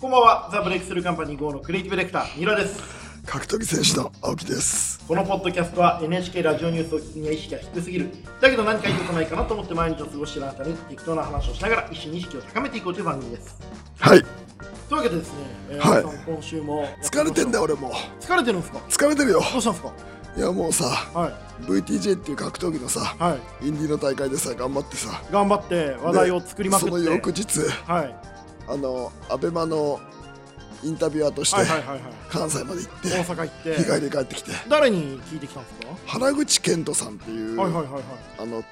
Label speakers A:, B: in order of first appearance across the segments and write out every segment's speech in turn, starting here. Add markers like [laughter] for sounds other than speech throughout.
A: こんばんは、ザ・ブレイクスルーカンパニー GO のクリエイティブディレクター、ニラです。
B: 格闘技選手の青木です。
A: このポッドキャストは NHK ラジオニュースを聞くには意識が低すぎる。だけど何かいいことないかなと思って毎日を過ごしているあなたに適当な話をしながら一緒に意識を高めていこうという番組です。
B: はい。
A: というわけでですね、えー
B: はい
A: 皆さん今週も
B: 疲れてんだよ俺も。
A: 疲れてるんですか
B: 疲れてるよ。
A: どうしたんです
B: いやもうさ、
A: かはい
B: VTJ っていう格闘技のさ、
A: はい
B: インディーの大会でさ、頑張ってさ。
A: 頑張って話題を作りまくって、
B: その翌日、
A: はい、
B: あの、アベマのインタビュアーとして、
A: はいはいはいはい
B: 関西まで行って、
A: 大阪行って
B: 日帰りで帰ってきて、
A: 誰に聞いてきたんですか、
B: 原口健人さんっていう、
A: はいはいはい
B: あの、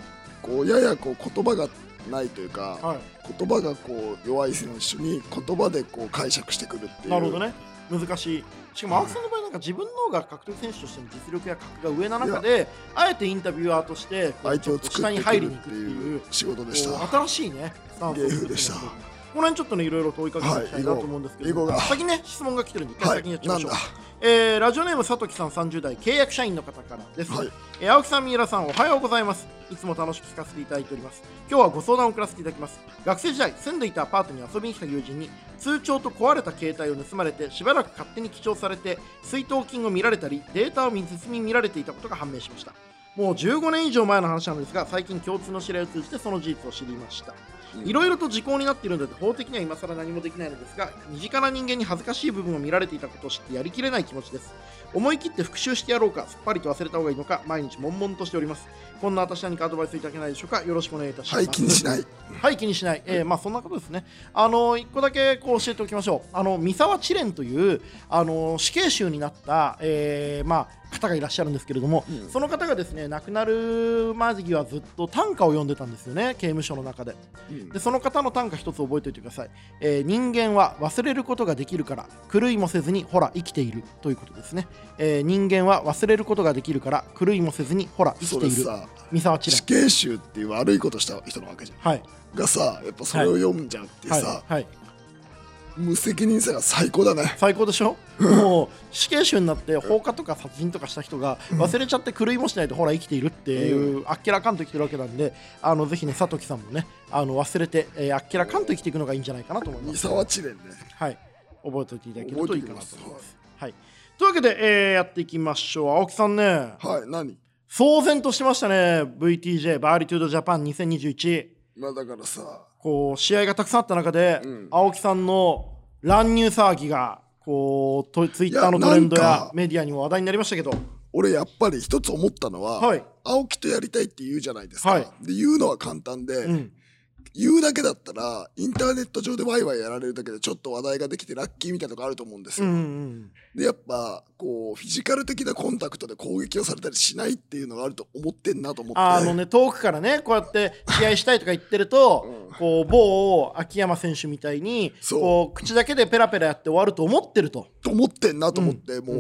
B: こう、ややこう言葉がないというか、
A: はいは
B: 言葉がこう弱い選手に言葉でこう解釈してくるってい
A: いうなるほどね難しいしかも
B: はい
A: 青木さんの場合なんか自分の方が格闘技選手としての実力や格が上な中であえてインタビュアーとしてこう
B: 相手を
A: ちょっと
B: 作
A: 下
B: っ
A: に
B: てく
A: 入り
B: る
A: に
B: っ
A: 行く
B: て
A: って
B: い
A: いう
B: う仕事でし
A: こ
B: た
A: う新しいねスタンスを
B: 芸風でした
A: この辺ちょっとねいろいろと追いかけていきたいなと思うんですけ
B: はい囲碁
A: ど、
B: が
A: 先にね質問が来てるんで一回
B: はい
A: 先にやっちゃい
B: な
A: ま
B: ん
A: しょう、
B: だ
A: えーラジオネーム佐藤さん30代契約社員の方からです、
B: はい
A: えー青木さん三浦さんおはようございますいつも楽しく聞かせていただいております今日はご相談を送らせていただきます学生時代住んでいたアパートに遊びに来た友人に通帳と壊れた携帯を盗まれてしばらく勝手に記帳されて水当金を見られたりデータを見ずに見られていたことが判明しましたもう15年以上前の話なのですが最近共通の知り合いを通じてその事実を知りましたいろいろと時効になっているので法的には今更何もできないのですが身近な人間に恥ずかしい部分を見られていたことを知ってやりきれない気持ちです思い切って復習してやろうかすっぱりと忘れた方がいいのか毎日悶々としておりますこんな私何かアドバイスいただけないでしょうかよろしくお願いいたします
B: はい、気にしない。
A: はい気にしない、えーまあ、そんなことですね、あの一個だけこう教えておきましょう、あの三沢知蓮という、あの死刑囚になった、えーまあ、方がいらっしゃるんですけれども、
B: うん
A: その方がですね亡くなる間際はずっと短歌を読んでたんですよね、刑務所の中で。でその方の短歌一つ覚えておいてください、えー人間は忘れることができるから狂いもせずにほら生きているということですね、えー人間は忘れることができるから狂いもせずにほら生
B: そ
A: きて
B: れ
A: いる
B: さ、
A: 三沢知
B: 死
A: 蓮
B: 刑囚っていう悪いことした人なわけじゃ
A: はい
B: ん。がさ、やっぱそれを読んじゃうってさ、
A: はいはい
B: 無責任さが最高だね。
A: 最高でしょもう死刑囚になって放火とか殺人とかした人が忘れちゃって狂いもしないとほら生きているっていうあっけらかんと生きてるわけなんであのぜひね佐藤さんもねあの忘れて、えーあっけらかんと生きていくのがいいんじゃないかなと思いま
B: 三
A: す。
B: 沢知連ね。
A: はい、覚えておいていただけるといいかなと思い
B: 覚えておき
A: ま。
B: ます
A: はい、というわけで、えーやっていきましょう青木さんね
B: はい、何
A: 騒然としてましたね VTJ バーリトゥードジャパン2021
B: まあだからさ、
A: こう試合がたくさんあった中で、
B: うん
A: 青木さんの乱入騒ぎがこうとツイッターの
B: いや
A: トレンド
B: なん
A: や
B: か
A: メディアにも話題になりましたけど
B: 俺やっぱり一つ思ったのは、
A: はい
B: 青木とやりたいって言うじゃないですか。
A: はい
B: で、言うのは簡単で、
A: うん
B: 言うだけだったら、インターネット上でワイワイやられるだけでちょっと話題ができてラッキーみたいなとこあると思うんです
A: う
B: よ。
A: んうん
B: で、やっぱ、こう、フィジカル的なコンタクトで攻撃をされたりしないっていうのがあると思ってんなと思って。
A: あのね遠くからねこうやって試合したいとか言ってると、こう某秋山選手みたいに
B: そう
A: こう口だけでペラペラやって終わると思ってると。
B: と思ってんなと思って、も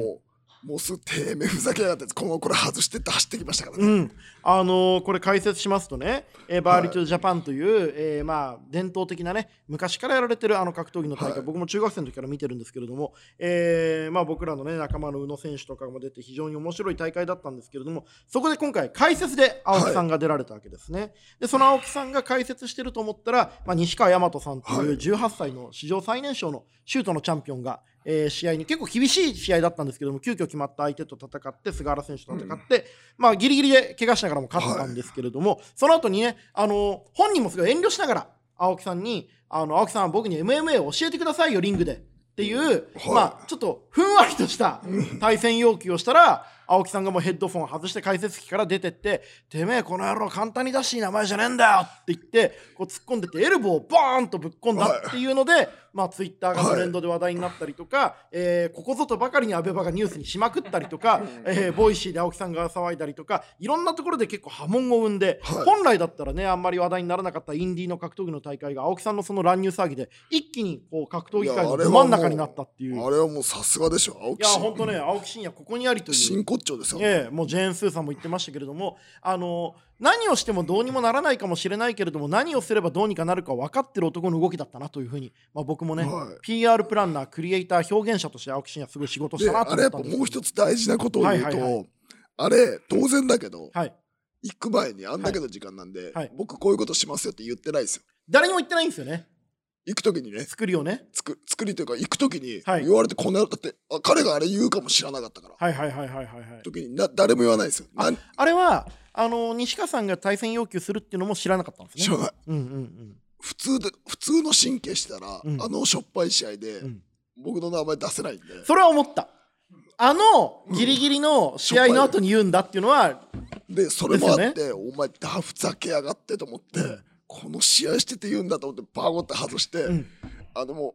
B: う、もうすぐてめえふざけやがってこのこれ外してって走ってきましたからね、
A: うん、あのーこれ解説しますとね、えーバーリトゥジャパンという、えーまあ、伝統的なね昔からやられてるあの格闘技の大会、
B: はい
A: 僕も中学生の時から見てるんですけれども、えーまあ、僕らの、ね、仲間の宇野選手とかも出て非常に面白い大会だったんですけれどもそこで今回解説で青木さんが出られたわけですね、でその青木さんが解説してると思ったら、まあ、西川大和さんという18歳の史上最年少のシュートのチャンピオンが、えー試合に結構厳しい試合だったんですけども急遽決まった相手と戦って菅原選手と戦って、まあ、ギリギリで怪我しながらも勝ったんですけれども、その後にねあの本人もすごい遠慮しながら青木さんにあの青木さん僕に MMA を教えてくださいよリングでっていう、まあ、ちょっとふんわりとした対戦要求をしたら青木さんがもうヘッドフォン外して解説機から出てって「てめえこの野郎簡単に出していい名前じゃねえんだよ」って言ってこう突っ込んでってエルボーをボーンとぶっ込んだっていうので、まあ、ツイッターがトレンドで話題になったりとか、えーここぞとばかりにアベバがニュースにしまくったりとか、えーボイシーで青木さんが騒いだりとかいろんなところで結構波紋を生んで、
B: はい
A: 本来だったらねあんまり話題にならなかったインディーの格闘技の大会が青木さんのその乱入騒ぎで一気にこう格闘技界のど真ん中になったっていう。
B: あれはもうさすがでしょ青
A: い
B: 木
A: や
B: 真
A: 本当ね青木真也ここにありという
B: 真骨頂ですよ、
A: ええ、もうジェーン・スーさんも言ってましたけれどもあの何をしてもどうにもならないかもしれないけれども何をすればどうにかなるか分かってる男の動きだったなというふうに、まあ、僕もね、
B: はい
A: PR プランナークリエイター表現者として青木真也すごい仕事し
B: で
A: たなと
B: あれ
A: 思
B: や
A: っ
B: ったぱ
A: ん
B: も
A: です
B: う一つ大事なことを言うと、
A: はいはいは
B: あれ当然だけど、
A: はい、
B: 行く前にあんだけの時間なんで、
A: はい
B: 僕こういうことしますよって言ってないですよ
A: 誰にも言ってないんですよね
B: 行く時にね
A: 作りをね
B: つく作りというか行く時に
A: はい
B: 言われてこんなだってあ彼があれ言うかも知らなかったから、
A: はいはいはいはいはいはい
B: 時にな誰も言わないですよなん
A: あれはあの西川さんが対戦要求するっていうのも知らなかったんですね
B: 知らない
A: うんうん
B: 普通で普通の神経してたら、
A: うん
B: あのしょっぱい試合で、
A: うんうん
B: 僕の名前出せないんで
A: それは思ったあのギリギリの試合の後に言うんだっていうのは
B: でそれもあって、
A: で
B: お前だふざけやがってと思って、この試合してて言うんだと思ってバーゴって外して、
A: うん
B: あのもう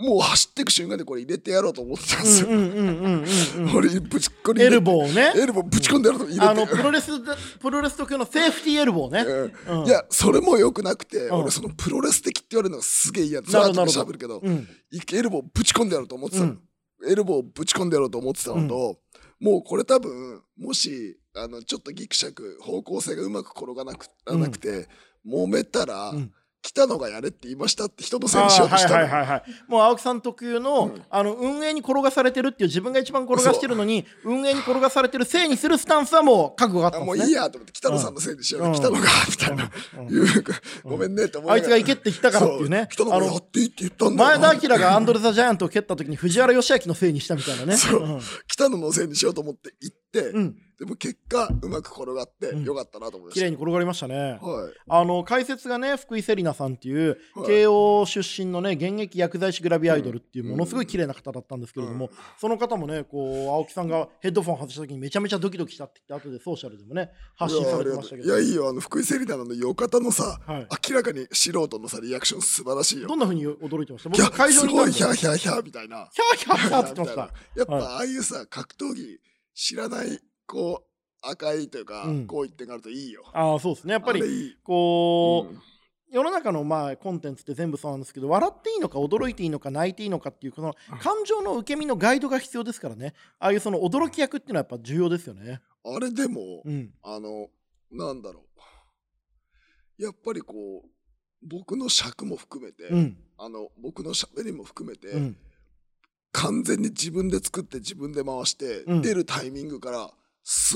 B: もう走ってく瞬間でこれ入れてやろうと思ってたん
A: う
B: ですよ、
A: んうんうんうんうん
B: 俺ぶちこ
A: うん
B: れ
A: エ
B: 入れて
A: ルボーをね
B: エルボーぶち込んでやろうと思って
A: あの
B: 入れて
A: プロレスだプロレス特有のセーフティーエルボーね
B: うん
A: うん
B: いやそれもよくなくて、
A: うん
B: 俺そのプロレス的って言われるのがすげえ嫌で
A: なるほど
B: 後で喋るけど、
A: うん
B: 一回エルボーぶち込んでやろうと思ってたの、エルボーぶち込んでやろうと思ってたのと、もうこれ多分もしあのちょっとギクシャク方向性がうまく転がなくらなくて、揉めたら、
A: うん
B: 北野がやれって言いましたって人のせい
A: あ
B: にしよう
A: ー
B: と
A: はい
B: した
A: は
B: の
A: いはいはいもう青木さん特有の,、
B: うん
A: あの運営に転がされてるっていう自分が一番転がしてるのに運営に転がされてるせいにするスタンスはもう覚悟があった
B: あ
A: ん
B: も
A: で
B: う
A: す
B: いい
A: ね
B: やと思って北野さんのせいにしよう、
A: うん
B: 北野がみたいな、
A: うん
B: 言うごめんねって思
A: あいつが行
B: け
A: けって言ったからっていうね
B: 北野
A: あ
B: がや
A: の
B: っていいって言ったんだ
A: 前
B: よな
A: 田明がアンドレ・ザ・ジャイアントを蹴った時に藤原義明のせいにしたみたいなね
B: そうん北野のせいにしようと思って行って、
A: うん
B: でも結果うまく転がって
A: うん
B: よかったなと思いまし
A: 綺
B: た、
A: 麗に転がりましたね
B: はい
A: あの解説がね福井セリナさんっていう
B: はい
A: 慶応出身のね現役薬剤師グラビアアイドルっていうものすごい綺麗な方だったんですけれども、
B: うん
A: その方もねこう青木さんがヘッドフォン外した時にめちゃめちゃドキドキしたって言って後でソーシャルでもね発信されてましたけ
B: いや
A: ど
B: ありがとういやいいよあの福井セリナのよかたのさ、
A: はい
B: 明らかに素人のさリアクション素晴らしいよ
A: どんな風に驚いてました
B: いや
A: 僕会場
B: す
A: にいた
B: ご
A: ん
B: い
A: で
B: ヒャーヒャーヒャーみたいな
A: キャーキャーキャーって言ってまし
B: やっぱ
A: はい
B: ああいうさ格闘技知らないこう赤いというか、
A: うん
B: こう言ってがあるといいよ
A: たああそうですねやっぱ
B: あれ
A: り
B: いい
A: こう、
B: うん
A: 世の中のまあコンテンツって全部そうなんですけど笑っていいのか驚いていいのか泣いていいのかっていうこの感情の受け身のガイドが必要ですからねああいうその驚き役っていうのはやっぱ重要ですよね
B: あれでも、
A: うん
B: あのなんだろうやっぱりこう僕の尺も含めて、
A: うん
B: あの僕の喋りも含めて、
A: うん
B: 完全に自分で作って自分で回して、
A: うん
B: 出るタイミングから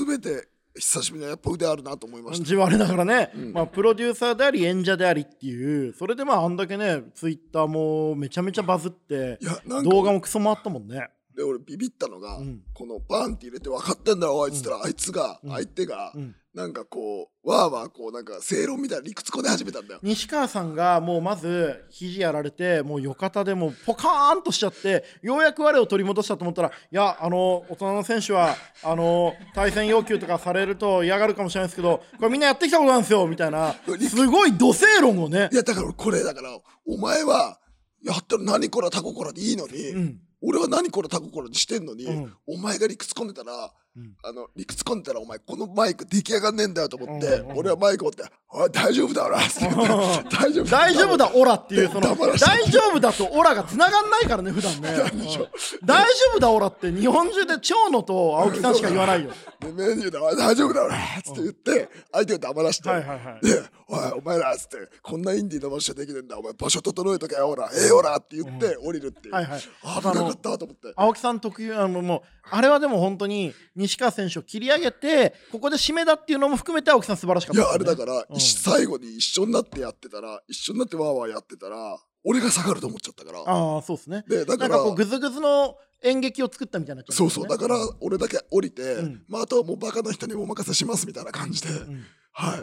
B: 全て久しぶりにやっぱ腕あるなと思いました、
A: 自分あれだからね、
B: うん
A: まあ、プロデューサーであり演者でありっていうそれでまああんだけねツイッターもめちゃめちゃバズって
B: いやなんか
A: 動画もクソ回ったもんね
B: で俺ビビったのが、
A: うん
B: このバーンって入れて分かったんだろあいつったら、あいつが、
A: うん
B: 相手が、
A: うん
B: なんかこうわーわーこうなんか正論みたいな理屈こね始めたんだよ
A: 西川さんがもうまず肘やられてもうよかたでもうポカーンとしちゃってようやく我を取り戻したと思ったらいやあの大人の選手はあの対戦要求とかされると嫌がるかもしれないですけどこれみんなやってきたことなんですよみたいなすごい土星論をね
B: いやだから俺これだからお前はやったら何こらタココラでいいのに、
A: うん
B: 俺は何こらタココラにしてんのに、
A: うん
B: お前が理屈こねたら
A: うん
B: あの理屈こねたらお前このマイク出来上がんねえんだよと思って、
A: うんうん
B: 俺はマイク持って「おい大丈夫だ俺」って言って大丈夫
A: 大丈夫だオラっていうその
B: 黙らせて
A: 大丈夫だとオラが繋がんないからね普段ね
B: でしょ
A: うん大丈夫だオラって日本中で蝶野と青木さんしか言わないよ
B: でメニューで「おい大丈夫だ俺」っつって言って相手を黙らして、
A: はいはいはい
B: で「おいお前ら」っつって「こんなインディーの場所できねえんだお前場所整えとけよオラええオラ」って言って降りるっていう、
A: はいはい
B: 危なかったと思って。
A: 青木さん特有あのもうあれはでも本当に西川選手を切り上げてここで締めだっていうのも含めて青木さん素晴らしかっ
B: い
A: た
B: やあれだからら、
A: うん
B: 最後に一緒になってやってたら一緒になってわーわーやってたら俺が下がると思っちゃったから
A: ああそうですね
B: で
A: な
B: だか
A: ん
B: ら
A: かこうグズグズの演劇を作ったみたいになっちゃ
B: そうそうだから
A: う
B: 俺だけ降りて、
A: うん
B: まあ、あとはもうバカな人にお任せしますみたいな感じで、
A: ん
B: はい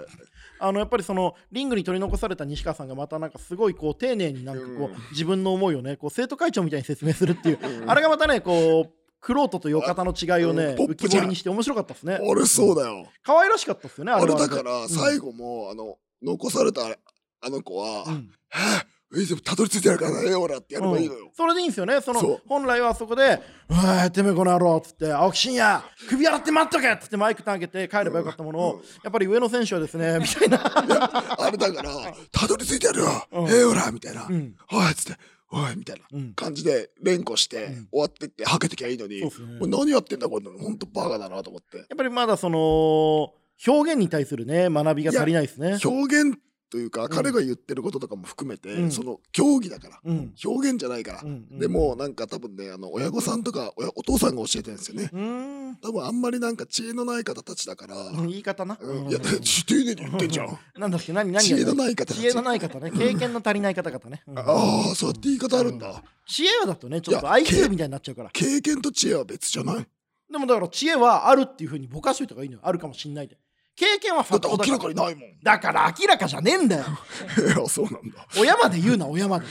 A: あのやっぱりそのリングに取り残された西川さんがまたなんかすごいこう丁寧になんかこ
B: うん
A: う自分の思いをねこう生徒会長みたいに説明するっていう
B: うん
A: あれがまたねこうクロートとヨカタの違いを
B: う
A: ね
B: んポ
A: 浮
B: ッ
A: き
B: プじゃ
A: 彫り
B: ん
A: にして面白かったですね
B: 俺そう
A: [laughs]
B: だよ、
A: 可愛らしかったですよね
B: あれ
A: は
B: だから最後も、あの残されたあの子は
A: うんうん
B: 「はぁえでもたどり着いてやるからねオラ」ってやればいいのよ、
A: うんそれでいいんですよねその
B: そう
A: 本来はそこで「うわーてめえこの野郎」っつって「青木真也首洗って待っとけ」っつってマイク投げて帰ればよかったものを、
B: うん
A: やっぱり上野選手はですねみたいな
B: あれだから「たどり着いてやるよ、
A: うん
B: ええオラ」みたいな「
A: うん
B: おい」っつって「おい」みたいな
A: うん
B: 感じで連呼して、終わってってはけてきゃいいのに、
A: そうっすね
B: これ何やってんだこれほんとバカだなと思って
A: やっぱりまだその表現に対するね学びが足りないですね
B: 表現というか、彼が言ってることとかも含めて、
A: うん
B: その競技だから、
A: うん
B: 表現じゃないから、
A: うんうん
B: でもなんか多分ねあの親御さんとか親お父さんが教えてるんですよね、
A: うーん
B: 多分あんまりなんか知恵のない方たちだから、
A: うん言い方な。
B: う、
A: うんん
B: いや、丁寧に言ってんじゃん。
A: なんだっけ、何、何
B: 知
A: や
B: 恵
A: る
B: のない方た
A: 知恵
B: ち。
A: のない方ね。経験の足りない方々ね。うん
B: ああ、そうやって言い方あるんだ。
A: 知恵だとね、ちょっと
B: いやけ
A: IQ みたいになっちゃうから。
B: 経験と知恵は別じゃない
A: でもだから知恵はあるっていうふうにぼかしといた方がいいのよ。あるかもしんないで。経験はフ
B: だ
A: ァ
B: って
A: クトだからら
B: 明か。にないもん。
A: だから明らかじゃねえんだよ。
B: [laughs] いや、そうなんだ。
A: 親まで言うな、親まで。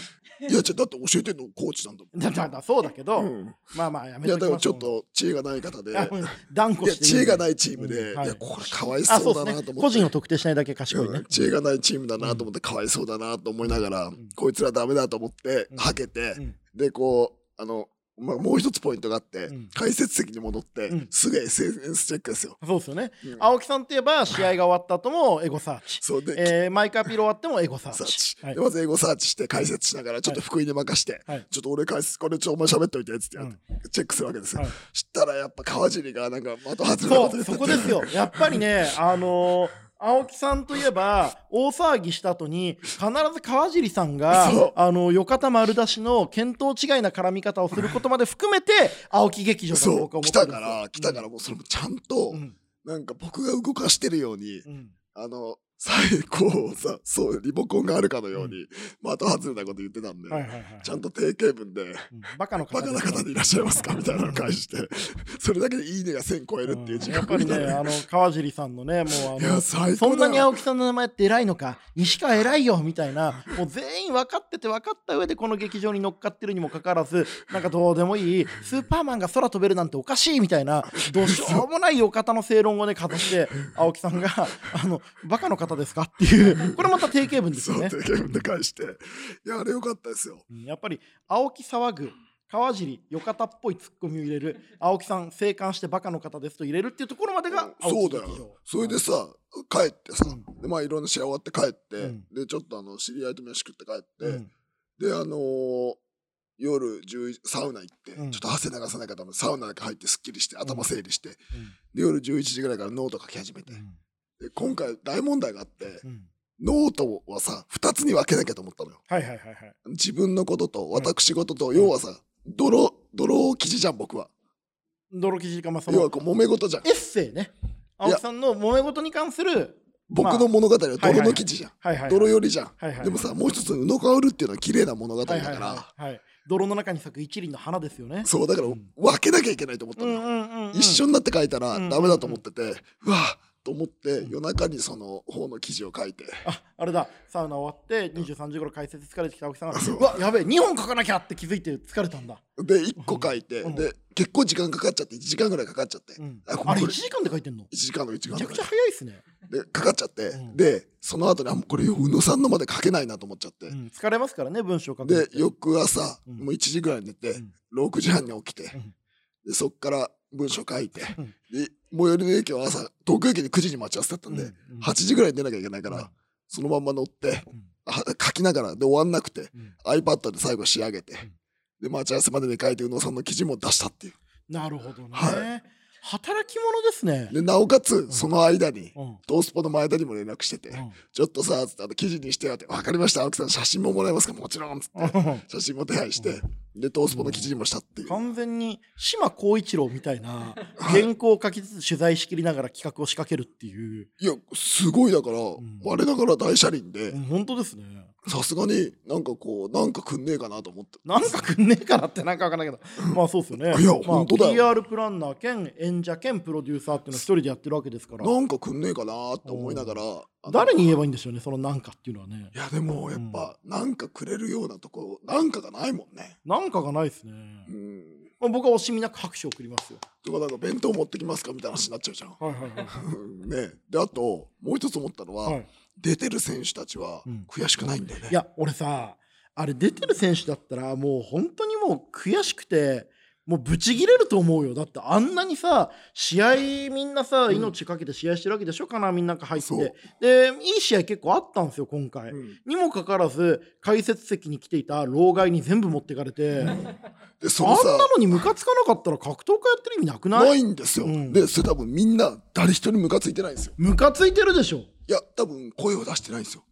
B: いや、じゃあだって教えてんのコーチなんだもん。
A: だだだそうだけど、
B: うん
A: まあまあやめ
B: いや、
A: ときましょ
B: だから
A: う
B: ちょっと知恵がない方で。い
A: あ
B: や、
A: [laughs] うん断固して
B: 知恵がないいチームで、
A: う
B: い
A: んはい
B: や、これかわい
A: あ
B: そ
A: そう
B: うだ
A: です
B: な
A: ね
B: と思って。
A: 個人を特定しないだけ賢いね、
B: 知恵がないチームだなと思って、かわいそうだなと思いながら、こいつらダメだと思って、
A: うん
B: はけて、
A: うん
B: でこうあの、まあ、もう一つポイントがあって、
A: うん
B: 解説席に戻って、
A: うん
B: すぐ SNS チェックですよ。
A: そうですよね、
B: うん
A: 青木さんといえば試合が終わった後もエゴサーチ、
B: そうで、
A: えー、マイカーピロ終わってもエゴサー
B: サ
A: チ
B: ーチ、
A: はい
B: でまず英語サーチして解説しながらちょっと福井に任して、
A: はい
B: ちょっと俺解説これちょっとお前喋っといてっつってやって、チェックするわけですよ、
A: はい
B: 知ったらやっぱ川尻がなんか的外れなこ
A: そ
B: と
A: う
B: 言って
A: そ
B: て
A: こですよやっぱりねあのー青木さんといえば大騒ぎした後に必ず川尻さん
B: そう
A: があのよかた丸出しの見当違いな絡み方をすることまで含めて青木劇場だと
B: そう
A: 僕は思
B: 来
A: ってる
B: た
A: んで
B: か
A: すよ
B: ら来たからもうそれもちゃんと、
A: うん
B: なんか僕が動かしてるように、
A: うん
B: あの最後さそうリモコンがあるかのように、的外れなこと言ってたんで、
A: はいはいはい
B: ちゃんと定型文で、
A: うんバカの
B: バカな方でいらっしゃいますかみたいなのを返して、それだけでいいねが1000超えるっていう自
A: やっぱ
B: 覚
A: り
B: みた
A: ね、
B: いな。
A: あの川尻さんのね、もうあ
B: いや、
A: の。
B: 最
A: そ
B: 高
A: んな
B: だ
A: に
B: よ。
A: 青木さんの名前って偉いのか、西川偉いよみたいな、もう全員分かってて分かった上でこの劇場に乗っかってるにもかかわらず、なんかどうでもいい、スーパーマンが空飛べるなんておかしいみたいな、どうしようもないお方の正論をね、かざして、青木さんが、あの、バカの方ですかっていう、これまた定型文です
B: そ
A: よ
B: う、
A: ね
B: 定。型文で返して。いや、あれよかったですよ。
A: うんやっぱり青木騒ぐ川尻よかたっぽいツッコミを入れる青木さん生還してバカの方ですと入れるっていうところまでが
B: そ
A: 青
B: う
A: 木
B: だ
A: 劇場
B: よ。それでさ、帰ってさ、
A: うん
B: でまあいろんな試合終わって帰って、
A: うん
B: で、ちょっとあの、知り合いと飯食って帰って、
A: うん
B: で、あのー夜10時サウナ行って、
A: うん
B: ちょっと汗流さないからサウナだけ入ってすっきりして頭整理して、で夜11時ぐらいからノート書き始めて、で今回大問題があって、ノートはさ、二つに分けなきゃと思ったのよ。
A: はいはいはいはい
B: 自分のことと、私事と、
A: ん
B: 要はさ、泥、泥記事じゃん、僕は。
A: 泥記事かまあそ
B: 要は
A: の
B: こう、揉め事じゃん
A: エ。ッセイね青木さんの揉め事に関する
B: 僕の物語は
A: はい
B: 泥の記事じゃん。
A: はいはい
B: 泥よりじゃん。
A: はいはい
B: でもさ、もう一つ、宇野薫っていうのは綺麗な物語
A: は
B: だ
A: い
B: か
A: はい
B: ら、
A: はいはい泥の中に咲く一輪の花ですよね
B: そう、だから
A: うん
B: 分けなきゃいけないと思った
A: う
B: の
A: ん
B: よ。
A: うんうんうん
B: 一緒になって書いたら
A: うん
B: ダメだと思ってて、うわぁと思って、夜中にその方の記事を書いて、
A: ああれだサウナ終わって23時頃解説疲れてきた青木さんが
B: そう
A: うわやべえ2本書かなきゃって気づいて疲れたんだ
B: で、一個書いて、
A: うん
B: で、結構時間かかっちゃって、1時間ぐらいかかっちゃって
A: うん、
B: あ、こ
A: あ
B: れ
A: れ
B: こ
A: 1
B: れ、1
A: 時間で書いてんの
B: 時間の1時間
A: めちゃ
B: ぐ
A: く
B: ら
A: ち
B: い
A: ゃ。早いっすね、
B: でかかっちゃって、
A: うん
B: でその後にあもうこれ宇野さんのまで書けないなと思っちゃって、
A: うん疲れますからね文章書くの
B: で翌朝、
A: うん
B: もう1時ぐらいに寝て
A: う、ん
B: 6時半に起きて、
A: うん
B: でそっから文章書いて、
A: うん
B: で最寄りの駅は朝東京駅で9時に待ち合わせだったんで、
A: うんうん
B: 8時ぐらいに出なきゃいけないから、
A: うん
B: そのまんま乗って
A: うん
B: あ書きながらで終わんなくて
A: うん
B: iPad で最後仕上げて、
A: ん
B: で待ち合わせまでに書いて宇野さんの記事も出したっていう
A: なるほどね、
B: は
A: 働き者ですね、
B: でなおかつ
A: ん
B: その間に、
A: うんうん
B: トースポの前田にも連絡してて、ちょっとさ、つってあの記事にしてよって、わかりました、青木さん、写真ももらえますかもちろん、つって、写真も手配して、で、トースポの記事にもしたっていう。
A: 完全に島浩一郎みたいな原稿を書きつつ取材しきりながら企画を仕掛けるっていう、
B: いや、すごいだから、
A: ん
B: 我ながら大車輪で
A: う、ん、本当ですね
B: さすがになんかこう、なんかくんねえかなと思って。
A: なんかくんねえからってなんかわかんないけどまあそうですよね
B: いや本当だよ
A: まあ、PR プランナー兼演者兼プロデューサーっていうのを一人でやってるわけですから
B: なんかくんねえかなって思いながら、あの
A: 誰に
B: い
A: 言えばいいんでしょうねそのなんかっていうのはね
B: や、でもやっぱ、なんかくれるようなとこ、なんかがないもんね。
A: なんかがないですね、
B: うん。
A: まあ、僕は惜しみなく拍手を送りますよ。
B: とか、なんか弁当持ってきますかみたいな話になっちゃうじゃん。
A: はいはいはい。
B: うん [laughs] ねで、あと、もう一つ思ったのは、
A: はい
B: 出てる選手たちは
A: うん
B: 悔しくないんだよね。
A: いや、俺さ、あれ出てる選手だったら、もう本当にもう悔しくて、もうブチギレると思うよ。だってあんなにさ、試合みんなさ、
B: うん
A: 命かけて試合してるわけでしょかな、みんなが入っ
B: そう
A: て。で、いい試合結構あったんですよ、今回。
B: うん
A: にもかかわらず、解説席に来ていた老害に全部持ってかれて、あんな
B: で、そのさ、
A: のにムカつかなかったら格闘家やってる意味なくない
B: ないんですよ。
A: うん
B: で、それ多分みんな誰一人ムカついてないんですよ。
A: ムカついてるでしょ。
B: いや、多分声を出してないんですよ。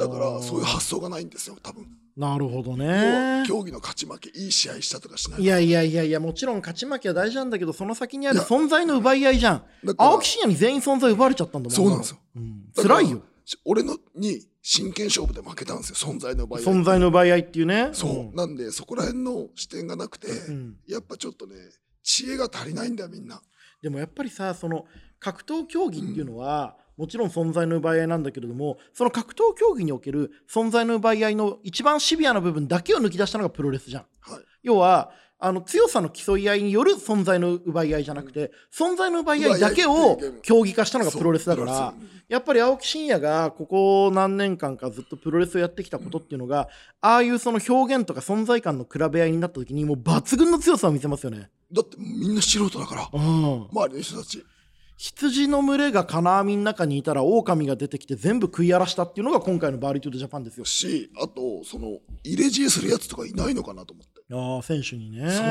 B: だからそういう発想がないんですよ多分
A: なるほど
B: 要は
A: ね。
B: 競技の勝ち負けいい試合したとかしない
A: いやいやいやいや、もちろん勝ち負けは大事なんだけど、その先にある
B: いや
A: 存在の奪い合いじゃん。
B: だから
A: 青木真也に全員存在奪われちゃったんだもん
B: そうなんですよ。
A: うん
B: だから
A: 辛いよ。
B: 俺のに真剣勝負で負けたんですよ存在の場合
A: 存在の奪い合いっていうね。
B: そう、なんでそこら辺の視点がなくて、
A: うん
B: やっぱちょっとね知恵が足りないんだよみんな
A: でもやっぱりさその格闘競技っていうのは、もちろん存在の奪い合いなんだけれどもその格闘競技における存在の奪い合いの一番シビアな部分だけを抜き出したのがプロレスじゃん。
B: はい
A: 要はあの強さの競い合いによる存在の奪い合いじゃなくて、存在の奪い合いだけ
B: 奪い合いっ
A: を
B: ていうゲーム
A: 競技化したのがプロレスだか
B: そ
A: ら
B: うプロレス
A: やっぱり青木真也がここ何年間かずっとプロレスをやってきたことっていうのが、ああいうその表現とか存在感の比べ合いになった時にもう抜群の強さを見せますよね。
B: だってみんな素人だから
A: うん
B: 周りの人たち
A: 羊の群れが金網の中にいたら狼が出てきて全部食い荒らしたっていうのが今回のバーリトゥードジャパンですよ。
B: しあとその入れ知恵するやつとかいないのかなと思って、
A: ああ選手にね
B: そ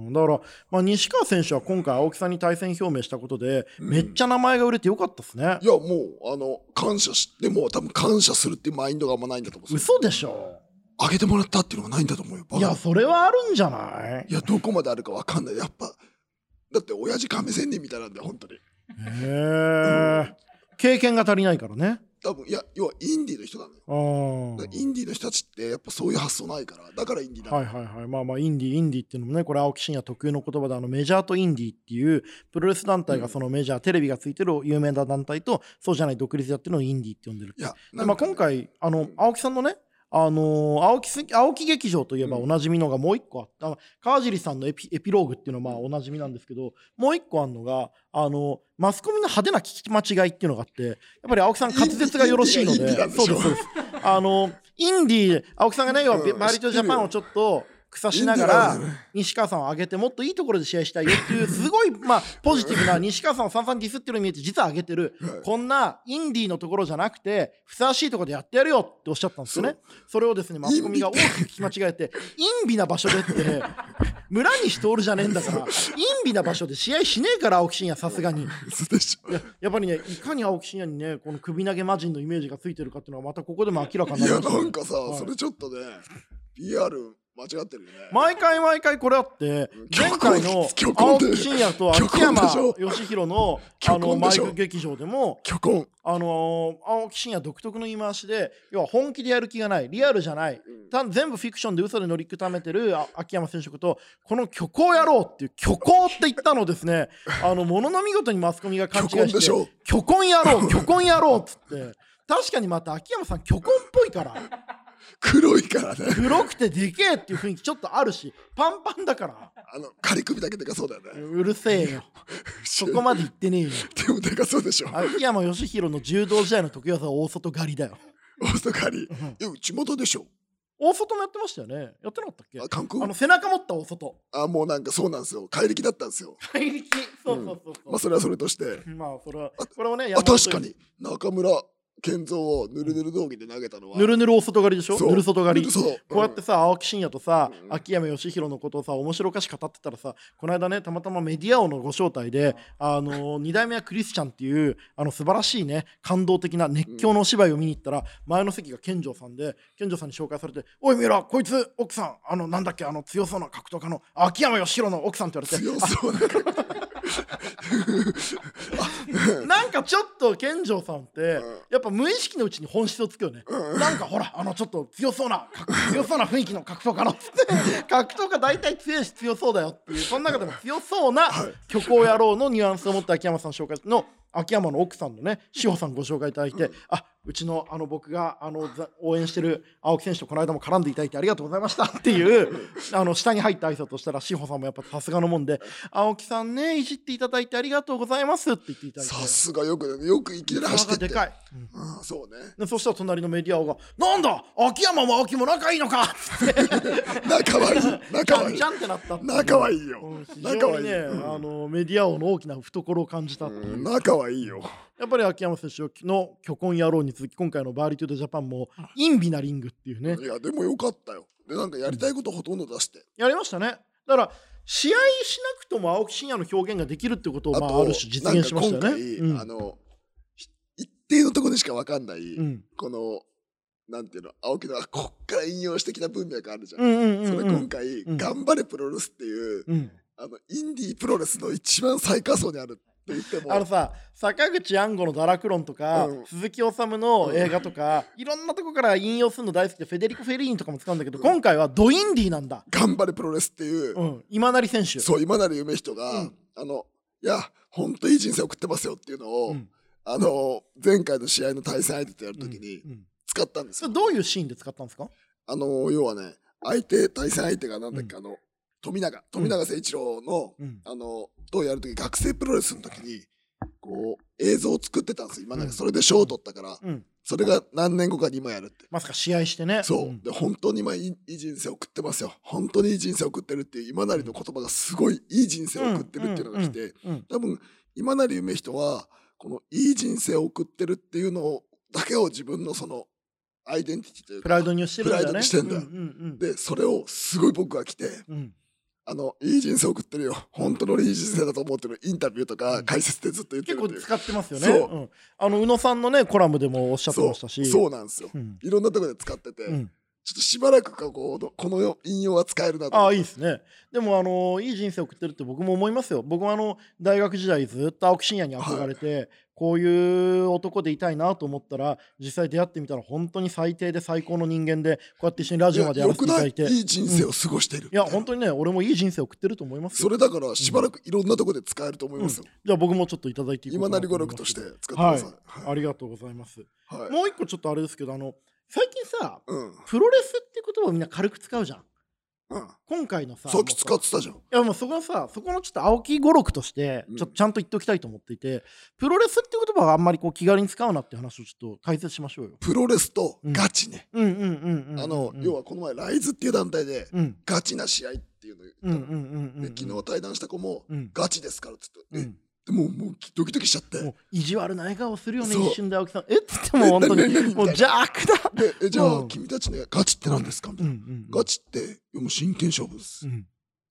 B: う
A: うんだから、まあ、西川選手は今回青木さんに対戦表明したことで、めっちゃ名前が売れてよかったですね
B: い。やもうあの感謝しでも多分感謝するっていうマインドがあんまないんだと思うんですよ
A: 嘘でしょ
B: あげてもらったっていうのがないんだと思うよバ
A: い
B: カ
A: やそれはあるんじゃない
B: いやどこまであるかわかんないやっぱだって親父亀仙人みたいなんだよ本当に
A: へえ経験が足りないからね
B: 多分いや要はインディーの人だね
A: あー
B: だからインディーの人たちってやっぱそういう発想ないからだからインディーなんだ、
A: はいはいはいまあまあインディインディっていうのもねこれ青木真也特有の言葉であのメジャーとインディっていうプロレス団体がそのメジャーテレビがついてる有名な団体とそうじゃない独立でやってるのをインディって呼んでる
B: いや
A: でまあ、今
B: 回
A: 回あの青木さんのねあのー青木す青木劇場といえば
B: うん
A: おなじみのがもう一個あった、あの川尻さんのエピエピローグっていうのはまあおなじみなんですけどもう一個あるのがあのマスコミの派手な聞き間違いっていうのがあってやっぱり青木さん滑舌がよろしいの
B: インディ
A: で
B: インディなんでし
A: そうで
B: ょ
A: すそうですあのインディ青木さんがね要は
B: うん
A: マリトジャパンをちょっと草しなが
B: インディなん
A: ら
B: だよね
A: 西川さんを上げてもっといいところで試合したいよっていうす
B: [laughs]
A: ごいまあポジティブな西川さんをさんさんディスってるように見えて実は上げてる
B: はい
A: こんなインディーのところじゃなくてふさわしいところでやってやるよっておっしゃったんですよねそれをですねマスコミが大きく聞き間違えて陰微な場所でって村に人おるじゃねえんだから陰微な場所で試合しねえから青木真也さすがに
B: 嘘でしょ
A: いややっぱりねいかに青木真也にねこの首投げ魔人のイメージがついてるかっていうのはまたここでも明らかに
B: い
A: なり
B: や
A: ました
B: な
A: ね
B: んかさ、
A: はい
B: それちょっとね PR 間違ってるよね
A: 毎回毎回これあって前
B: 虚
A: 回
B: 婚
A: の
B: 虚婚
A: 青
B: で
A: 木真也と
B: 虚
A: 秋
B: 婚
A: 山
B: でしょ
A: 義弘のあ
B: 虚
A: の
B: 婚
A: マ
B: で
A: イ
B: しょ
A: ク劇場でも
B: 虚婚
A: あのー青木真也独特の言い回しで要は本気でやる気がないリアルじゃない、た全部フィクションで嘘で乗り固めてるあ秋山選手とこの虚構野郎っていう虚構って言ったのをですねあのものの見事にマスコミが勘違い
B: 虚婚
A: して
B: でしょ
A: 虚婚野郎 [laughs] 虚婚野郎っつって確かにまた秋山さん虚婚っぽいから
B: 黒いからね
A: 黒くてでけえっていう雰囲気ちょっとあるしパンパンだから
B: あの仮首だけでかそうだよね
A: うるせえよ [laughs] そこまで言ってねえよ
B: でもでかそうでしょ
A: 秋山義弘の柔道時代の得意技は大外刈りだよ
B: 大外刈りいや地元でしょ
A: 大外もやってましたよねやってなかったっけ
B: あ関
A: あ
B: 空
A: の背中持った大外
B: あもうなんかそうなんですよ怪力だったんですよ
A: 怪力そうそうそうそう
B: まあそれはそれとして
A: まあそれはこれもね
B: あ
A: 山本
B: 確かに中村健三をぬるぬる道着で投げたのは
A: ぬるぬる大外刈りでしょ
B: そう
A: ぬる外刈り
B: ぬるそう
A: こうやってさ青木真也とさ
B: うん
A: 秋山義弘のことをさ面白おかしく語ってたらさこの間ねたまたまメディア王のご招待であの2代目はクリスチャンっていうあの素晴らしいね感動的な熱狂のお芝居を見に行ったら前の席が健丈さんで健丈さんに紹介されて「おい三浦こいつ奥さんあのなんだっけあの強そうな格闘家の秋山義弘の奥さん」って言われて
B: 強そうな格闘
A: なんかちょっと健丈さんってやっぱ無意識のうちに本質をつくよね、なんかほらあのちょっと強そうなか [laughs] 強そうな雰囲気の格闘家のっつって格闘家大体強いし強そうだよっていうその中でも強そうな虚構野郎のニュアンスを持って秋山さん紹介の秋山の奥さんのね志保さんご紹介いただいて、あうちのあの僕があのざ応援してる青木選手とこの間も絡んでいただいてありがとうございましたっていうあの下に入った挨拶をしたら志保さんもやっぱさすがのもんで青木さんねいじっていただいてありがとうございますって言っていただいて
B: さすがよくよくいきなり走
A: 体
B: っ
A: が
B: てっ
A: で
B: て
A: かい、
B: うんそうね
A: でそしたら隣のメディア王が「なんだ秋山も青木も仲いいのか!」 [laughs] っ
B: 仲はいい
A: てち
B: 仲
A: ゃ
B: は
A: ん
B: いい
A: ちゃんってなったっていう
B: 仲はいいよ
A: うん非
B: 仲
A: 常
B: は
A: に
B: いい
A: ね、
B: よ
A: あのメディア王の大きな懐を感じたっていう
B: うん仲はいいよ
A: やっぱり秋山選手の「虚婚野郎」に続き今回の「バーリトゥードジャパン」も「インビナリング」っていうね
B: いやでもよかったよでなんかやりたいことほとんど出して
A: やりましたねだから試合しなくとも青木真也の表現ができるってことをまあある種実現しましたよね
B: なんか今回、
A: うん
B: あのひ一定のところでしか分かんない、
A: うん
B: この、なんていうの、青木の、あこっから引用してきた文脈あるじゃん。
A: うんうんうん
B: それ
A: う
B: 今
A: ん
B: 回、
A: ん
B: 頑張れプロレスっていう、
A: うん
B: あの、インディープロレスの一番最下層にあるって言っても、
A: あのさ坂口安吾の「堕落論」とか、
B: うん
A: 鈴木治の映画とか、 [laughs] いろんなとこから引用するの大好きでフェデリコ・フェリーニとかも使うんだけど、今回はドインディなんだ、
B: 頑張れプロレスっていう、
A: うん、今成選手
B: そう、今なる夢人が、あの、いや、ほんといい人生送ってますよっていうのを、
A: うん
B: あの、前回の試合の対戦相手とやるときに
A: うんうん
B: 使ったんです
A: そ
B: よ。
A: れどういうシーンで使ったんですか
B: あの、要はね、相手、対戦相手がなんだっけ、あの、富永、富永誠一郎の、
A: うん
B: あの、とやるとき、学生プロレスのときに、こう、映像を作ってたんですよ。今なん
A: うん
B: かそれで賞を取ったから、
A: うん
B: それが何年後かに今やるって。
A: まさか試合してね
B: [laughs] そう。
A: ん
B: で、本当に今いい、いい人生送ってますよ。本当にいい人生送ってるっていう、今なりの言葉がすごいいい人生を送ってるっていうのが来て、
A: うん
B: 多分今成夢人はこのいい人生を送ってるっていうのをだけを自分のそのアイデンティティという
A: プ
B: か
A: ライドにしてるんだよね
B: プライドにしてんだよ
A: うんうん
B: でそれをすごい僕が来て
A: うんうん
B: あのいい人生を送ってるよ本当の俺いい人生だと思ってるインタビューと
A: う
B: か
A: ん
B: 解説でずっと言って
A: 結
B: るっ
A: 構
B: ていう
A: 使ってますよね、
B: そうん
A: あの宇野さんのねコラムでもおっしゃって
B: そ
A: ま
B: う
A: したし
B: そうなんですよ
A: うん
B: いろんなところで使ってて、
A: う
B: ちょ
A: ん
B: っとしばらくかこうこの引用は使えるなと
A: あ
B: 思っ
A: あ
B: て
A: いいですねでもあのいい人生送ってるって僕も思いますよ僕もあの大学時代ずっと青木真也に憧れて、こういう男でいたいなと思ったら実際出会ってみたら本当に最低で最高の人間でこうやって一緒にラジオまでやら
B: よ
A: せてい
B: く
A: た
B: な
A: だ
B: い
A: いて
B: いい人生を過ごしている、
A: いや本当にね俺もいい人生送ってると思います
B: そ
A: よ
B: れだからしばらくいろんなところで使えると思いますよ、
A: じゃあ僕もちょっといただいていこう
B: 今
A: か
B: な
A: な
B: り
A: と
B: 語
A: 思い
B: 録
A: ます
B: として使ってください、
A: ありがとうございます、
B: はいはい
A: もう一個ちょっとあれですけどあの最近さ
B: うん
A: プロレスって言葉をみんな軽く使うじゃん
B: うん
A: 今回のさ
B: さっき使ってたじゃん。
A: いやもうそこはさそこのちょっと青木語録として
B: うん
A: ちょっとちゃんと言っておきたいと思っていて、プロレスって言葉はあんまりこう気軽に使うなって話をちょっと解説しましょうよ。
B: プロレスとガチね。
A: うんうんうんうん、
B: あの、要
A: は、
B: はこの前、ライズっていう団体で、
A: うん、
B: ガチな試合っていうのを
A: うんう
B: 言っ
A: ん
B: た
A: う
B: の
A: んうんう
B: で
A: ん
B: 昨日対談した子も、
A: うん
B: ガチですからって
A: う
B: 言って、
A: ん、
B: えもう、もうドキドキしちゃって。
A: もう意地悪な笑顔するよね
B: そう
A: 一瞬で青木さんえっつっても本当
B: [laughs] 何何
A: に
B: 何
A: もう邪悪だ、
B: で、えじゃ
A: う
B: あ、
A: ん
B: 君たちね、ガチって何ですかみた
A: う
B: い
A: んう
B: な。
A: ん、
B: ガチって、いやもう真剣勝負です
A: う。ん、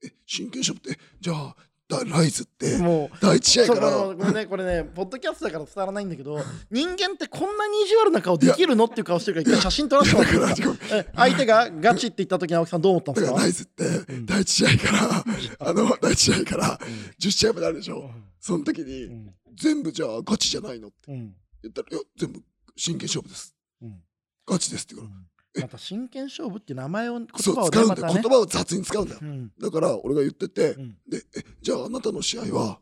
B: え、真剣勝負って、じゃあ、だライズって、
A: もう
B: 第一試合
A: そう
B: か
A: あの
B: ら、
A: これねこれねポッドキャストだから伝わらないんだ
B: [laughs]
A: けど人間ってこんなに意地悪な顔できるのっていう顔してるから一回写 [laughs] 真撮らせてもらっていいですかえ相手がガチって言った時に青木さんどう思ったんで
B: だ
A: す
B: か
A: から
B: ライズって、第一試合から、あの、第一試合から、10試合まであるでしょ。その時に、
A: うん
B: 全部じゃあガチじゃないのって
A: うん
B: 言ったら、いや、全部真剣勝負です。
A: うん
B: ガチですって言うか
A: また真剣勝負って名前を言
B: ら。そ
A: 葉
B: う、
A: を
B: 使
A: ね
B: うん
A: ま
B: だよ。
A: たね
B: 言葉を雑に使うんだよ
A: う。ん
B: だから、俺が言ってて、
A: うん
B: で、え、じゃああなたの試合は、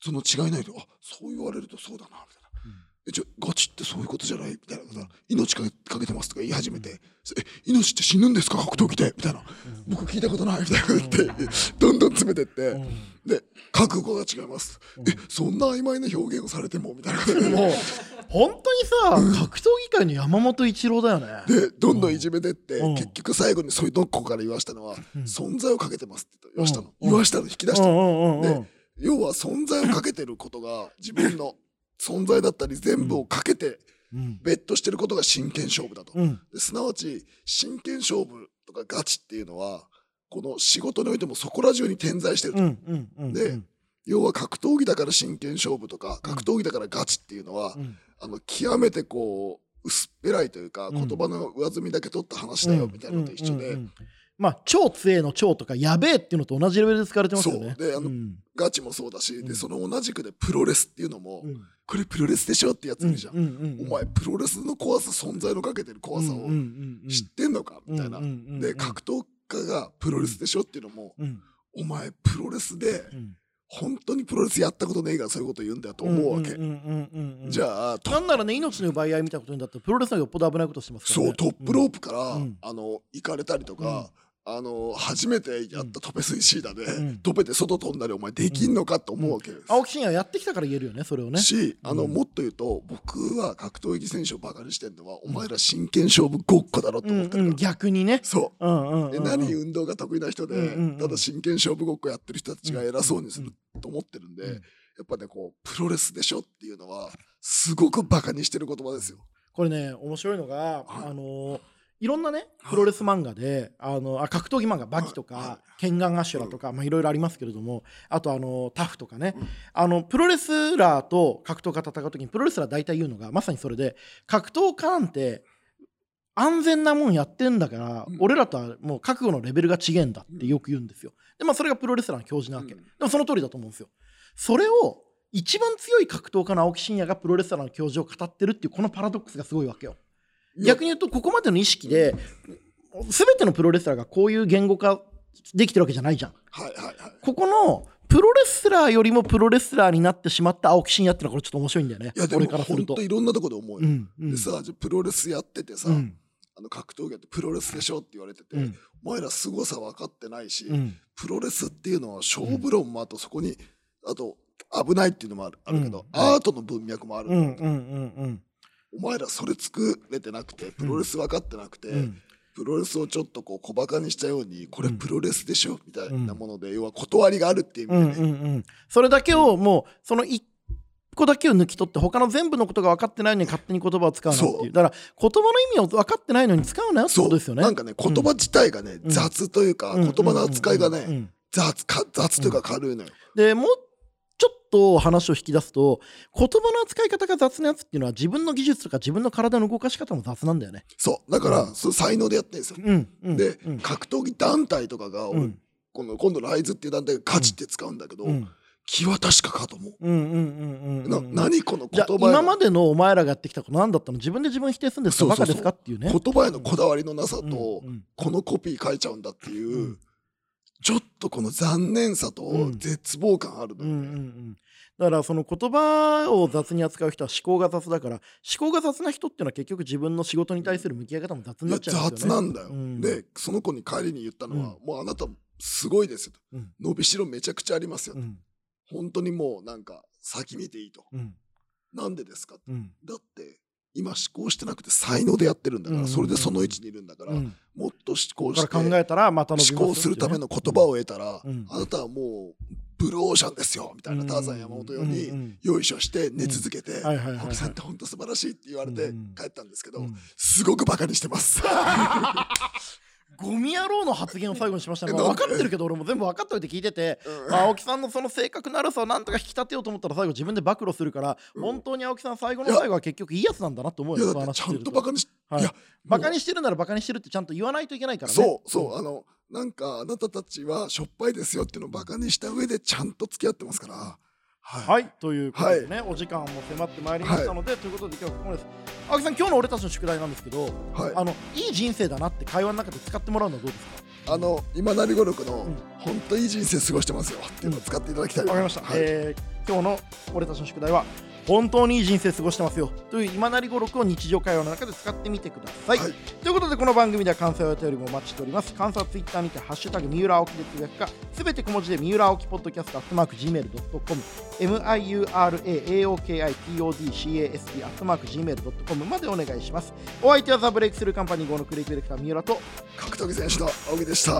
B: その違いないと、あ、そう言われるとそうだな、みたいな。え、じゃあガチってそういうことじゃないみたいなことだ。命かけかけてますとか言い始めて、え、命って死ぬんですか格闘技でみたいな。僕聞いたことないみたいなこと言って、どんどん詰めてって、で、覚悟が違います。え、そんな曖昧な表現をされてもみたいなことで
A: もう本当にさ格闘技界の山本一郎だよね
B: でどんどんいじめてって、
A: うん
B: 結局最後にそういうどっこから言わしたのは、存在をかけてますって言わしたの、
A: うん
B: 言わしたの引き出し
A: う
B: たの、
A: んうんうんうん
B: で要は存在をかけてることが自分の存在だったり全部をかけて
A: うん
B: ベットしてることが真剣勝負だと、
A: うん
B: ですなわち真剣勝負とかガチっていうのはこの仕事においてもそこら中に点在してると、
A: うんうんうん
B: で要は格闘技だから真剣勝負とか格闘技だからガチっていうのは、
A: うん
B: あの極めてこう薄っぺらいというか、
A: うん
B: 言葉の上積みだけ取った話だよみたいなのと一
A: う
B: 緒で、
A: んうんうんまあ超強えの超とかやべえっていうのと同じレベルで使われてますよね
B: そうであの
A: うん
B: ガチもそうだし、
A: う
B: で
A: ん
B: その同じくでプロレスっていうのも、
A: うん
B: これプロレスでしょってやついるじゃん、
A: うんうんうん
B: お前プロレスの怖さ存在のかけてる怖さを知ってんのか、みたいな、
A: うんうんうんうん
B: で格闘家がプロレスでしょっていうのも、
A: うん
B: お前プロレスで
A: うん
B: 本当にプロレスやったことねえからそういうこと言うんだよと思うわけ、
A: んんうんうんうん
B: じゃあと
A: なんならね命の奪い合いみたいなことになったらプロレスの方がよっぽど危ないことしてますから、ね、
B: そうトップロープから、
A: うん
B: あの行かれたりとか、あの初めてやったトペスイシーダで、
A: ん
B: トペで外飛んだりお前できんのかと思うわけです、
A: 青木真也やってきたから言えるよねそれをね
B: しあの、もっと言うと僕は格闘技選手をバカにしてるのは、お前ら真剣勝負ごっこだろって
A: う
B: 思っ
A: ん
B: てるから、
A: うん逆にね
B: そ
A: うんうんうんう
B: うんで何運動が得意な人で、
A: うんうんうん
B: ただ真剣勝負ごっこやってる人たちが偉そうにすると思ってるんで、
A: うん
B: やっぱねこうプロレスでしょっていうのはすごくバカにしてる言葉ですよ。
A: これね面白いのが、
B: はい
A: あのーいろんなねプロレス漫画であのあ格闘技漫画「バキ」とか、
B: はいは
A: ケンガン・アシュラ」とか、まあ、いろいろありますけれどもあとあのタフとかね、
B: うん
A: あのプロレスラーと格闘家戦う時にプロレスラー大体言うのがまさにそれで格闘家なんて安全なもんやってんだから、
B: うん
A: 俺らとはもう覚悟のレベルが違えんだってよく言うんですよ。でまあそれがプロレスラーの教授なわけ、
B: うん
A: でもその通りだと思うんですよ。それを一番強い格闘家の青木真也がプロレスラーの教授を語ってるっていうこのパラドックスがすごいわけよ。逆に言うとここまでの意識で全てのプロレスラーがこういう言語化できてるわけじゃないじゃん。
B: はいはいはい
A: ここのプロレスラーよりもプロレスラーになってしまった青木真也ってのはこれちょっと面白いんだよね
B: いやでも
A: 俺からする
B: 本
A: と
B: 当。いろんなとこで思うよ、
A: うんうん
B: でさじゃあプロレスやっててさ、
A: うん
B: あの格闘技ってプロレスでしょって言われてて、
A: うん
B: お前ら凄さ分かってないし、
A: うん
B: プロレスっていうのは勝負論もあとそこにあと危ないっていうのもある,、あるけど
A: うん
B: アートの文脈もある、
A: うんうんうん
B: お前らそれ作れてなくてプロレス分かってなくて、
A: うんうん
B: プロレスをちょっとこう小バカにしたようにこれプロレスでしょみたいなもので、要は断りがあるっていう
A: う
B: 意
A: ん
B: 味
A: う
B: でね、
A: んうんそれだけをもうその一個だけを抜き取って他の全部のことが分かってないのに勝手に言葉を使うなって
B: そ
A: いううだから言葉の意味を分かってないのに使うなよって
B: そ
A: こ
B: う
A: とですよね。
B: なんかね言葉自体がね、
A: うん
B: 雑というか、
A: うん
B: 言葉の扱いがね、
A: うんうんうん
B: 雑か雑というか軽いのよ、
A: でもうちょっと話を引き出すと言葉の扱い方が雑なやつっていうのは自分の技術とか自分の体の動かし方も雑なんだよね。
B: そうだから、その才能でやってるんですよ、
A: うんうん、
B: で、
A: うん
B: 格闘技団体とかが、
A: う
B: 俺
A: ん
B: この今度ライズっていう団体が勝ちって使うんだけど、
A: うん
B: 気は確かかと思う、
A: うんうんうんうん
B: な
A: うん
B: 何この
A: じ
B: 言
A: ゃあ
B: 葉への
A: 今までのお前らがやってきたこと何だったの自分で自分否定するんですか
B: そうそうそ
A: バカ
B: う
A: ですかっていうね。
B: 言葉へのこだわりのなさと、
A: うんうん
B: このコピー書いちゃうんだっていう、
A: うん
B: ちょっとこの残念さと
A: うん
B: 絶望感あるの
A: う
B: よ
A: んう
B: ね、
A: んうん、だからその言葉を雑に扱う人は思考が雑だから思考が雑な人っていうのは結局自分の仕事に対する向き合い方も雑に
B: い
A: なっ
B: や
A: ちゃうんです
B: 雑
A: よね。
B: なんだよ、
A: うん
B: でその子に帰りに言ったのは、もうあなたすごいですよと、
A: うん
B: 伸びしろめちゃくちゃありますよと、
A: うん
B: 本当にもうなんか先見ていいと
A: うん
B: なんでですか
A: うん
B: だって今思考してなくて才能でやってるんだから、
A: うん
B: それでその位置にいるんだから、
A: うん
B: もっと思考
A: だ
B: して
A: から考えたらまた伸び
B: 思
A: ますよ
B: 考するための言葉を得たら、
A: うん
B: あなたはもうブルーオーシャンですよみたいな、ターザン山本ように、
A: うんうん
B: よいしょして寝続けて
A: んはいはいはい
B: 「
A: はい
B: 青木さんって本当素晴らしい」って言われて
A: うん
B: 帰ったんですけ
A: う
B: ど、
A: んうん
B: すごくバカにしてます。
A: ゴミ野郎の発言を最後にしましたね、
B: え
A: まあ
B: [laughs] なん
A: 分
B: で
A: かってるけど俺も全部分かっといて聞いてて、
B: [laughs] うん
A: まあ青木さんのその性格の悪さをなんとか引き立てようと思ったら最後自分で暴露するから、
B: うん
A: 本当に青木さん最後の最後は結局いいやつなんだなと思う
B: い
A: よ
B: や
A: そ
B: だ
A: の
B: って
A: 話し
B: ちゃ
A: て
B: ん
A: る
B: と
A: と
B: バカにし、
A: はい
B: いや
A: バカにしてるならバカにしてるってちゃんと言わないといけないからね
B: そうそうあのなんかあなたたちはしょっぱいですよっていうのをバカにした上でちゃんと付き合ってますから、はい
A: はいということでね、お時間も迫ってまいりましたので、ということで今日はここまでです青木さん今日の俺たちの宿題なんですけど、
B: はい
A: あのいい人生だなって会話の中で使ってもらうのはどうですか
B: あの今なり語録の
A: うん
B: 「本当いい人生過ごしてますよ」っていうのを使っていただきたい
A: わかりました、
B: はい
A: えー今日の俺たちの宿題は本当にいい人生過ごしてますよという今なり語録を日常会話の中で使ってみてください、
B: はい
A: ということでこの番組では感想やお便りもお待ちしております感想はツイッターにて「ハッシュタグ三浦青木」でつぶやくかすべて小文字で三浦青木ポッドキャストアットマーク Gmail.com miuraaokipodcast アットマーク Gmail.com までお願いしますお相手はザ・ブレイクスルーカンパニー号のクリエイティブディレクター三浦と
B: 格闘技選手の青木でした。